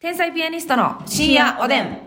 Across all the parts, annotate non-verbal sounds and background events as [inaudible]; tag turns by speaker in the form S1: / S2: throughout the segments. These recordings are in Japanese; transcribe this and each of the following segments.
S1: 天才ピアニストの深夜おでん。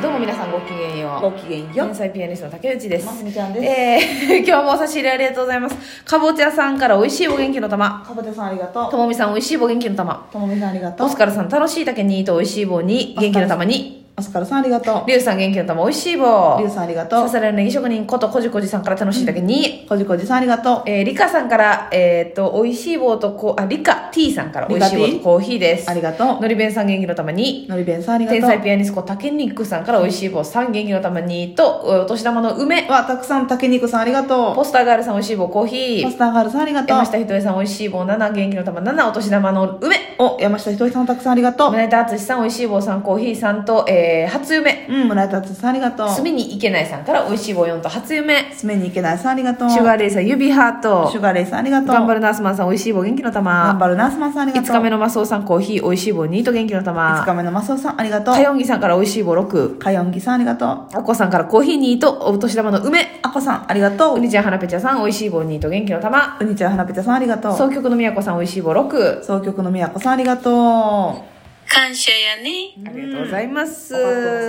S1: どうも皆さんごきげんよう。
S2: ごきげんよ
S1: 天
S2: う。
S1: 才ピアニストの竹内です。
S2: ますみちゃんです
S1: えー [laughs] 今日もお差し入れありがとうございます。かぼちゃさんから美味しいお元気の玉。
S2: かぼてさんありがと
S1: と
S2: う。
S1: もみさん美味しいお元気の玉。
S2: ともみさんありがと
S1: オ
S2: う
S1: ス。カルさん楽しい竹にと美味しい棒に、元気の玉に。
S2: アスカルさんありがと
S1: リュウさん元気の玉美味しい棒。
S2: う。りゅうさんありがと
S1: さ
S2: う。
S1: さらのネギ職人ことこじこじさんから楽しい竹に。
S2: こじこじさんありがと
S1: えー、リカさんから、えーっと、美味しい棒とこ、あ、リカ T さんから美
S2: リ
S1: 味
S2: カ
S1: しい
S2: T？
S1: 棒とコーヒーで
S2: う。
S1: す
S2: あ。りがと
S1: のり弁さん元気の玉に
S2: う。、のりべんさんありがとう。
S1: 天才ピアニスコタケニックさんから美味しい棒3元気の玉にと、お年玉の梅、
S2: わ、たくさん、たけにくさんありがと
S1: ポスターガールさん美味しい棒コーヒ
S2: う。パ
S1: ー
S2: ス、ターガールさんありがと
S1: 山下
S2: う。
S1: ひとえさん美味しい棒7元気の玉7、お年玉の梅、
S2: お、山下ひとりさんたくさんありがとう。
S1: 胸板敦さん美味しい棒3コーヒー3と、えー、初夢、
S2: うん、村井達さんありがとう。
S1: 住みに行けないさんから美味しい棒4と初夢、
S2: すめにいけないさんありがとう。
S1: シュガーレイさん指ハー
S2: シ
S1: ト
S2: ュ、ガーレイさんありがとう。
S1: 頑張
S2: る。
S1: るナースマンさん美味しい棒元気の
S2: 頑
S1: 玉、
S2: 張るナースマンさんありがとう。
S1: 5日目のマスオさんコーヒー美味しい棒2と元気の
S2: 五日
S1: 玉
S2: 目のマスオさんありがとう
S1: か。よんぎさんから美味しい棒6
S2: かよんぎさんありがとう。
S1: あこさんからコーヒー2とお年玉の梅
S2: あこさんありがと
S1: う
S2: う。
S1: にちゃんはなぺちゃさん美味しい棒2と元気の玉
S2: うにちゃんはなぺちゃさんありがとう。
S1: 総局のみやこさん美味しい棒6
S2: 総局のみやこさんありがと
S3: 感謝やね。
S1: ありがとうございます、
S2: うん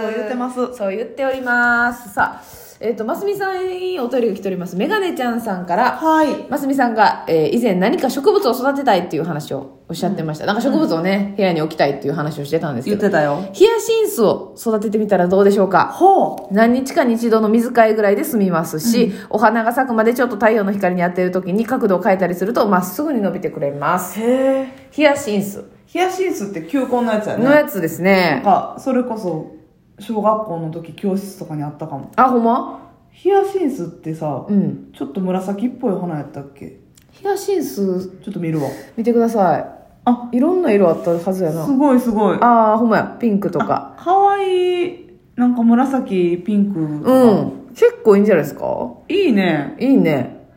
S2: そう言ってます
S1: そう言っておりますさあえっ、とますみさんにお便りが来ておりますメガネちゃんさんか
S2: う。
S1: ら
S2: はい。
S1: ますみさんが、えー以前何か植物を育てたいっていう話をおっしゃってました、なんか植物をね、部屋に置きたいっていう話をしてたんですけ
S2: 言っ
S1: ど
S2: てたよ。
S1: ヒヤシンスを育ててみたらどうでしょうか
S2: ほう。
S1: 何日かに一度の水替えぐらいで済みますし、お花が咲くまでちょっと太陽の光に当てる時に角度を変えたりするとまっすぐに伸びてくれます
S2: へえ
S1: ヒヤシンス
S2: ヒヤシンスって球根のやつやね
S1: のやつです
S2: なん
S1: ね
S2: かそれこそ小学校の時教室とかにあったかも
S1: あほんま
S2: ヒヤシンスってさ、
S1: うん
S2: ちょっと紫っぽい花やったっけ
S1: ヒヤシンス
S2: ちょっと見るわ
S1: 見てください
S2: あ
S1: いろんな色あったはずやな
S2: すごいすごい
S1: あーほんまやピンクとか
S2: かわいいなんか紫ピンクとか
S1: うん結構いいんじゃないですか
S2: いいね
S1: いいね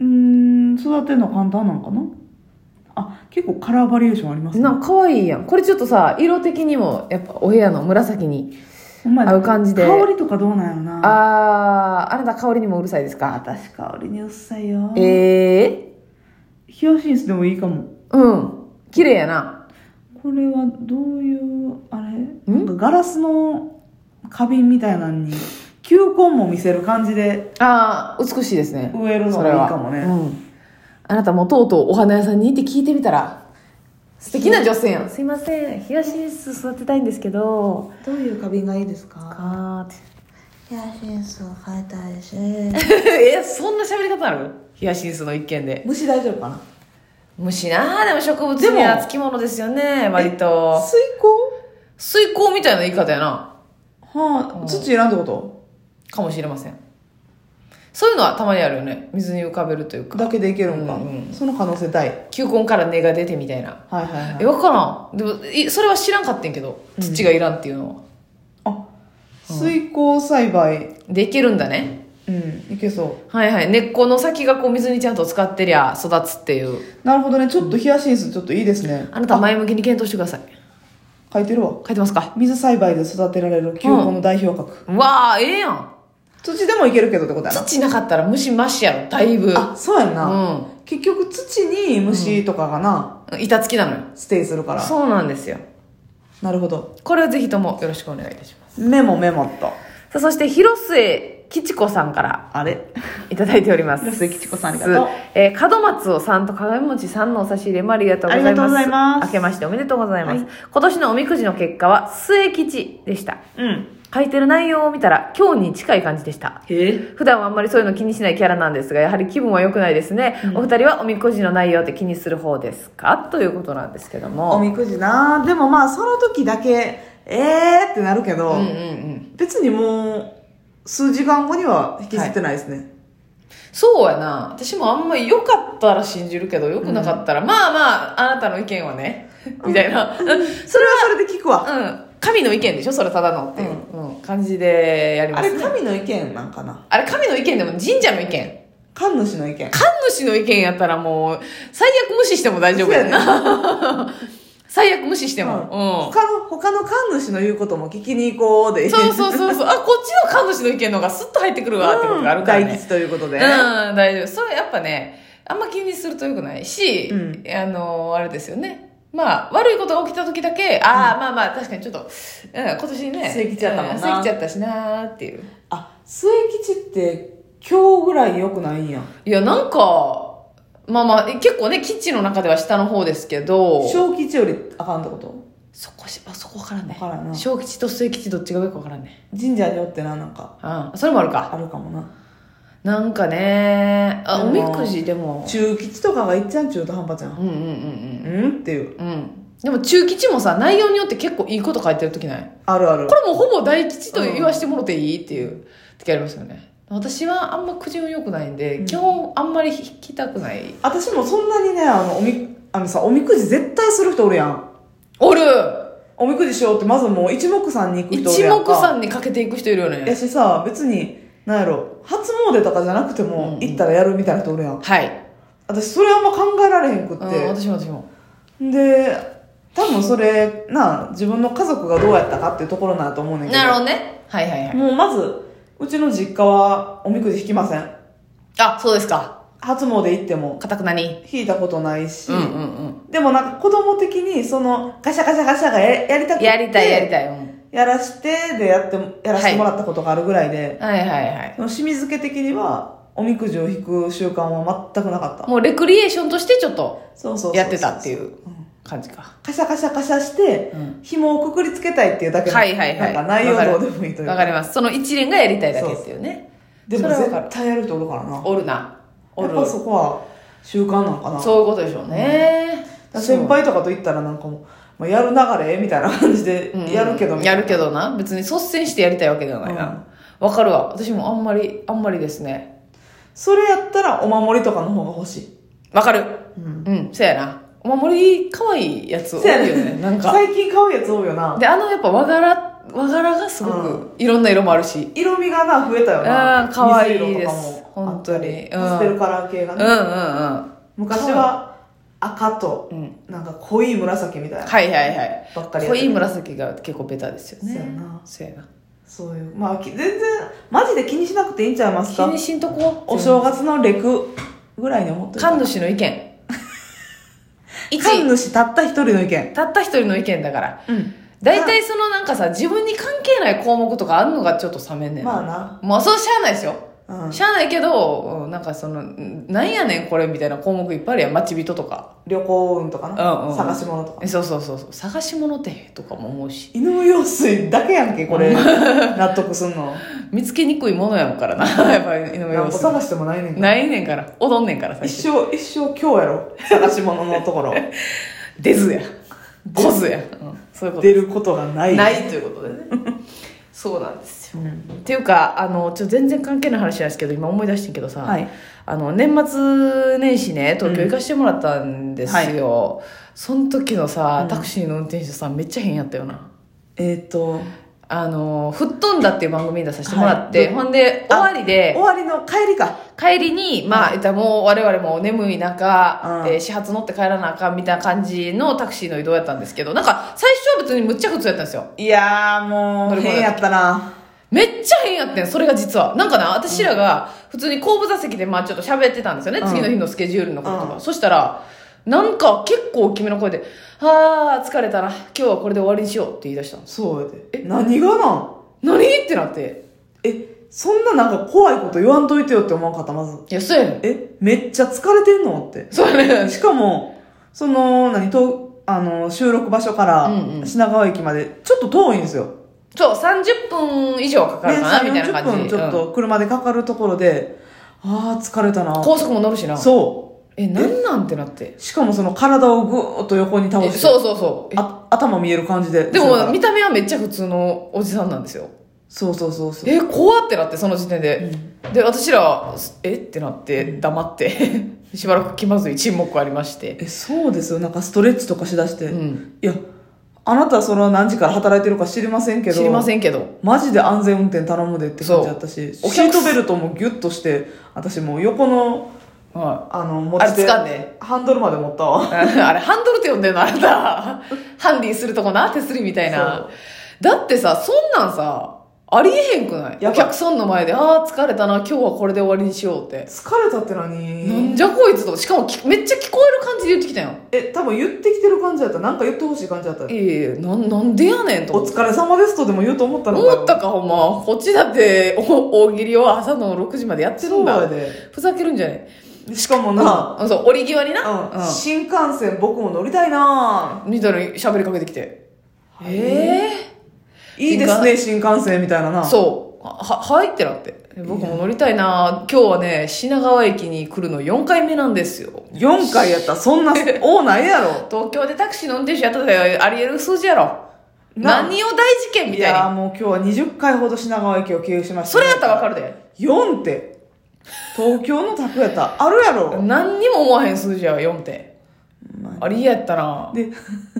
S2: うーん育てるの簡単なんかなあ結構カラーバリエーションありますね
S1: なんか可愛いやんこれちょっとさ色的にもやっぱお部屋の紫に
S2: ほんまや
S1: 合う感じで
S2: 香りとかどうなんやろなあ
S1: あーあなた香りにもうるさいですか
S2: 私香りにうっさいよ
S1: ええー、
S2: ヒヤシンスでもいいかも
S1: うん。綺麗やな。
S2: これはどういうあれなんかガラスの花瓶みたいなのに球根も見せる感じで
S1: ああ、美しいですね。
S2: 植えるの
S1: それ
S2: がい
S1: はい
S2: かも
S1: う
S2: ね
S1: ん。あなたもとうとうお花屋さんに行って聞いてみたら、素敵な女性やん。すいません。ヒヤシンス育てたいんですけど、
S2: どういう花瓶がいいですか
S1: あーって。
S3: ヤシンスを変えたいし。
S1: [laughs] え、そんな喋り方あるヒヤシンスの一件で。
S2: 虫大丈夫かな
S1: 虫なあでも植物には付き物ですよね、割と。
S2: 水
S1: 水耕みたいな言い方やな。
S2: 耕はあ土選んだこと
S1: かもしれません。そういうのはたまにあるよね。水に浮かべるというか。
S2: だけでいけるんか
S1: うん
S2: その可能性大
S1: 球根から根が出てみたいな。
S2: はいはいは
S1: え
S2: い
S1: 分からんでもいそれは知らんかってんけど土がいらんっていうのは、
S2: あ水耕栽培
S1: でいけるんだね
S2: うんいけそ
S1: はいはい根っこの先がこう水にちゃんと使ってりゃ育つっていう
S2: うなるほどねちょっとヒヤシンスちょっといいですね
S1: あなた前向きに検討してください
S2: 書いてるわ
S1: 書いてますか
S2: 水栽培で育てられる球根の代表格
S1: うわあええやん
S2: 土でもいけるけどってことやな
S1: 土なかったら虫マシやろだいぶ
S2: あそうやんな、
S1: うん
S2: 結局土に虫とかがな、
S1: 板付きなのよ
S2: ステイするから
S1: そうなんですよ
S2: なるほど
S1: これはぜひともよろしくお願いいたします
S2: メモメモっと
S1: さあそして広末吉子さんから
S2: あれ
S1: いただいております
S2: 広末吉子さんありがとう
S1: えー門松尾さんと鏡餅さんのお差し入れもありがとうございます
S2: ありがとうございます
S1: 明けましておめでとうございます、
S2: は
S1: 今年のおみくじの結果は末吉でした
S2: うん
S1: 書いてる内容を見たら今日に近い感じでした
S2: へえ
S1: 普段はあんまりそういうの気にしないキャラなんですがやはり気分は良くないですね、お二人はおみくじの内容って気にする方ですかということなんですけど
S2: お
S1: も
S2: みくじなでもまあその時だけえーってなるけど、
S1: うんうんうん
S2: 別にもう数時間後には引きずってないですね、
S1: そうやな私もあんまり良かったら信じるけど良くなかったら、まあまああなたの意見はねみたいな
S2: それはそれで聞くわ、
S1: うん、神の意見でしょそれただのっていう、うん感じでやりま
S2: あ
S1: す
S2: れ
S1: ね
S2: 神の意見なんかな
S1: あれ神の意見でも神社の意見
S2: 神主の意見
S1: 神主の意見やったらもう最悪無視しても大丈夫やん
S2: そ
S1: な [laughs] 最悪無視しても、うん
S2: 他の他の神主の言うことも聞きに行こうで
S1: そうそうそうそうあこっちの神主の意見の方がスッと入ってくるわってことがあるから
S2: 大
S1: ね
S2: 吉ということ
S1: う
S2: で、
S1: ん大丈夫それやっぱねあんま気にするとよくないし、
S2: うん
S1: あのあれですよねまあ、悪いことが起きた時だけ、ああ、まあまあ、確かにちょっと、うん、今年ね。
S2: 過ぎちゃったもんな
S1: う過ぎちゃったしなーっていう。
S2: あ末吉って今日ぐらい良くないんや
S1: いや、なんか、まあまあ、え結構ね、キッチンの中では下の方ですけど、
S2: 小吉よりあかんってこと
S1: そこし、あそこわからんね
S2: わ。からんな
S1: 小吉と末吉どっちが上かわからんね。
S2: 神社によってななんか
S1: うん、それもあるか。
S2: あるかもな
S1: なんかね、あ、お
S2: で
S1: み
S2: も
S1: くじでも、
S2: 中吉とかがいっちゃん中途半端じゃん
S1: うんうんうん
S2: うんっていう
S1: うん。うん。でも中吉もさ、内容によって結構いいこと書いてる時ない
S2: あるある
S1: これもうほぼ大吉と言わしてもろていいっていう時ありますよね。私はあんまくじ運良くないんで、
S2: うん
S1: 基本あんまり引きたくない。
S2: 私もそんなにねあのおみあのさおみくじ絶対する人おるやん
S1: おる
S2: おみくじしようってまずもう一目散に行く人おる
S1: 一
S2: やん
S1: 目
S2: か
S1: 散にかけていく人いるよね
S2: や。しさ別になんやろ初詣とかじゃなくて
S1: うんう
S2: も
S1: ん
S2: 行ったらやるみたいな人おるやん、
S1: はい。
S2: 私それあんま考えられへんくっ
S1: うん、
S2: て、
S1: 私も私も。
S2: で多分それなあ自分の家族がどうやったかっていうところなんやと思うねんけど
S1: なるほどね。はいはいはい。
S2: もうまずうちの実家はおみくじ引きません
S1: あ、そうですか。
S2: 初詣行っても
S1: かたくなに。
S2: 引いたことないし、
S1: うんうん
S2: でもなんか子供的にそのガシャガシャガシャがややりた
S1: うん。
S2: くて
S1: やりたいやりたい。うん
S2: やらしてでやってもやらせてもらったことがあるぐらいで、
S1: はいはいはい。
S2: その清水家的にはおみくじを引く習慣は全くなかった
S1: もうレクリエーションとしてちょっと
S2: そうそうそうそう
S1: やってたっていう
S2: うん
S1: 感じか。
S2: カシャカシャカシャして、
S1: うん
S2: 紐をくくりつけたいっていうだけの
S1: はいはいはい
S2: なんか内容どうでもいいという
S1: わかります。その一連がやりたいだけっていうね。
S2: でも
S1: それはわかる
S2: 絶対やる人おるからな
S1: おるな。お
S2: や
S1: る
S2: っぱ。そこは習慣なのかな
S1: そういうことでしょうね。
S2: 先輩とかと言ったらなんかもう、まあ、やる流れみたいな感じで
S1: うん
S2: やるけど、
S1: やるけどな。別に率先してやりたいわけではないな。わ、かるわ。私もあんまり、あんまりですね。
S2: それやったらお守りとかの方が欲しい、
S1: わかる。うん、そやな。お守り、可愛いやつ多いよね。なんか。
S2: 最近買うやつ多いよな
S1: で、あのやっぱ和柄、和柄がすごくいろんな色もあるし。
S2: 色味がな増えたよな
S1: うん可愛いです
S2: 水色とかもあっ
S1: 本当
S2: たり
S1: にうん
S2: パステルカラー系が
S1: うん
S2: ね、
S1: うんうん。
S2: 昔は赤と
S1: うん。
S2: なんか濃い紫みたいな
S1: はいはいはい。
S2: ばっかりやっ
S1: 濃
S2: て
S1: い
S2: る
S1: 紫が結構ベタですよね。
S2: そうやな
S1: そうやな。
S2: そういうまあき全然マジで気にしなくていいんちゃいます
S1: 気
S2: か
S1: にしんとこ。
S2: お正月のレクぐらいに思ってる
S1: 神主の意
S2: [laughs]
S1: 見。
S2: 神
S1: 一
S2: 主たった一人の意見
S1: たった一人の意見だから。
S2: うん
S1: 大体そのなんかさ、自分に関係ない項目とかあるのがちょっと冷めんねんな。
S2: まあな
S1: まあそうしゃあないですよ。
S2: うん
S1: しゃあないけど、うんなんかその、んなんやねんこれみたいな項目いっぱいあるやん。待ち人とか。
S2: 旅行運とかな、
S1: うんうん
S2: 探し物とか
S1: えそうそうそうそう。探し物ってとかも思うし。
S2: 井上陽水だけやんけ [laughs] これ納得すんの
S1: 見つけにくいものやもんから
S2: [laughs]
S1: な。やっぱり井上
S2: 何
S1: 陽
S2: 個
S1: 水。
S2: 探してもないねんから
S1: ないねんから。おどんねんから最
S2: 一
S1: 初。
S2: 生一生今日やろ探し物のところ
S1: 出ずや。こずや。うん。そういうこと。
S2: 出ることがない
S1: ないということで
S2: [laughs]
S1: ね。そうなんですよ。
S2: うん
S1: っていうか、あの、ちょ、全然関係ない話なんですけど、今思い出してんけどさ。
S2: はい
S1: あの年末年始ね東京行かしてもらったんですよ、その時の
S2: う
S1: さ
S2: ん
S1: タクシーの運転手さんめっちゃ変やったよな
S2: えっ、と
S1: あの「吹っ飛んだ」っていう番組に出させてもらって、
S2: はい
S1: ほんで終
S2: あ
S1: わりで
S2: 終わりの帰りか
S1: 帰りにまあ、いったらもう我々も眠い中、
S2: うん
S1: えー始発乗って帰らなあかんみたいな感じのタクシーの移動やったんですけどなんか最初は別にむっちゃ普通やったんですよ
S2: いやーも
S1: 乗
S2: う
S1: り物
S2: 変やったな
S1: めっちゃ変やってん、それが実は。なんかな、私らが、普通に後部座席で、まあちょっと喋ってたんですよね、
S2: うん
S1: 次の日のスケジュールのこととか。
S2: うん
S1: そしたら、なんか結構大きめの声で、あー、疲れたな、今日はこれで終わりにしようって言い出したんです。
S2: そうやでえ何がなん
S1: 何ってなって。
S2: えそんななんか怖いこと言わんといてよって思わんかったまず
S1: いや、そうやねん。
S2: えめっちゃ疲れてんのって
S1: そうやねん。
S2: しかも、その、何と、あの、収録場所から
S1: うんうん
S2: 品川駅までちょっと遠いんですよ。
S1: そう、30分以上かか
S2: ね
S1: るかな、みたいな
S2: 30
S1: 感
S2: 分
S1: じ。
S2: ちょっ
S1: うん
S2: と車でかかるところで、ああ、疲れたな。
S1: 高速も乗るしな。
S2: そ
S1: え、なんなんてなって。
S2: う。しかもその体をぐーっと横に倒
S1: え
S2: して、
S1: そうそうそう。
S2: あ頭見える感じで。
S1: えで
S2: 後ろか
S1: も、
S2: ら
S1: 見た目はめっちゃ普通のおじさんなんですよ。
S2: そうそうそうそう。
S1: え、怖ってなって、その時点で。
S2: うん
S1: で私ら「えっ?」てなって黙って [laughs] しばらく気まずい沈黙ありまして、
S2: え、そうですよ。なんかストレッチとかしだして。
S1: う
S2: い
S1: ん、
S2: や、あなたはその何時から働いてるか知りませんけど。
S1: 知りませんけど
S2: マジで安全運転頼むでって感じだったし、シ
S1: そうお客
S2: ー
S1: さん
S2: トベルトもギュッとして、私もう横の
S1: は
S2: あの、
S1: い
S2: 持
S1: あれ
S2: ち手。
S1: 掴ん [laughs] で
S2: ハンドルまで持ったわ。
S1: あれハンドルって呼んでんのあな [laughs] たハンディするとこな手すりみたいなだってさそんなんさありえへんくない
S2: やばい
S1: お客さんの前で、ああ、疲れたな、今日はこれで終わりにしようって。
S2: 疲れたって
S1: なん
S2: 何
S1: じゃこいつと。しかもきめっちゃ聞こえる感じで言ってきたよ。
S2: え、多分言ってきてる感じだった。なんか言ってほしい感じだった。
S1: いえいえ、なん、なんでやねんと
S2: お
S1: 思って。
S2: 疲れ様ですとでも言うと思ったのかよ
S1: 思ったか、ほんま。こっちだって、お大喜利を朝の6時までやってる
S2: そ
S1: ん
S2: うや
S1: だ。
S2: で。
S1: ふざけるんじゃね
S2: しかもな、
S1: え。そう、折り際にな。
S2: うん新幹線僕も乗りたいな
S1: みたいなのに喋りかけてきて。
S2: はい
S1: え
S2: いいですね、新幹線みたいな
S1: え
S2: な。
S1: そう。は、ははいってなって。僕も乗りたいな今日はね、品川駅に来るの4回目なんですよ。
S2: 4回やったらそんな、
S1: [laughs]
S2: おうないやろ。
S1: 東京でタクシーの運転手やってたらあり得る数字やろ。
S2: な
S1: 何を大事件み
S2: い
S1: たい
S2: やー
S1: な。
S2: もう今日は20回ほど品川駅を経由しまし
S1: そ
S2: た。
S1: れやったらわかるで。
S2: 4って。東京のタクやったらあるやろ。
S1: 何にも思わへん数字やわ、4って。ありえやったな
S2: で、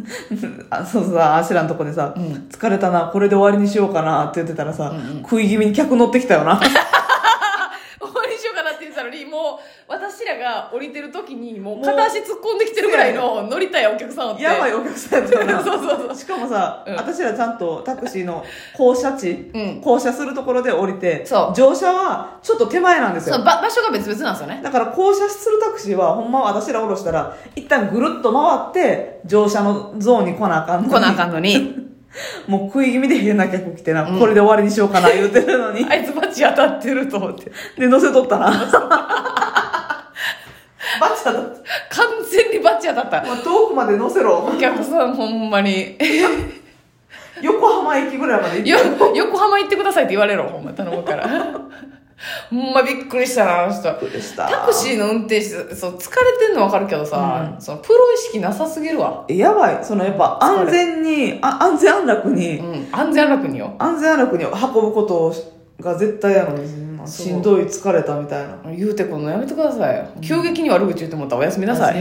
S2: [laughs] あそうさ、あしらんとこでさ、
S1: うん
S2: 疲れたな、これで終わりにしようかなって言ってたらさ、
S1: うんうん
S2: 食い気味に客乗ってきたよな。
S1: 終わりにしようかなって言ってたのに、もう、私らが降りてる時に、もう片足突っ込んできてるぐらいの乗りたいお客さんおって。
S2: [laughs] やばいお客さんやったよな。
S1: そうそうそう
S2: しかもさ、
S1: うん
S2: 私らちゃんとタクシーの降車地、
S1: うん
S2: 降車するところで降りて、
S1: そう
S2: 乗車はちょっと手前なんです
S1: そう
S2: よ。
S1: ば場所が別々なんですよね。
S2: だから降車するタクシーは、ほんまは私ら降ろしたら、一旦ぐるっと回って、乗車のゾーンに来なあかんのに
S1: [laughs] 来なあかんのに。
S2: もう食い気味で変な客来てな、
S1: うん
S2: これで終わりにしようかな言うてるのに。
S1: [laughs] あいつバチ当たってると思って。
S2: で、乗せとったな。 [laughs] バッチャだった。
S1: 完全にバチ当たった。
S2: もう遠くまで乗せろ
S1: お。客さんほんまに。
S2: 横浜駅ぐらいまで行って
S1: よ、横浜行ってくださいって言われろ、ほんま頼むから。 [laughs] ほんまびっくりしたな、あの人。
S2: びっくりした
S1: タクシーの運転手、そう、疲れてんのわかるけどさ、そのプロ意識なさすぎるわ。
S2: えやばい。そのやっぱ安全に、あ安全安楽に、
S1: うん、安全楽によ。
S2: 安全安楽に運ぶことが絶対やのに、しんどい疲れたみたいな。
S1: 言うてくんのやめてください。急激に悪口言ってもらったらおやすみなさい。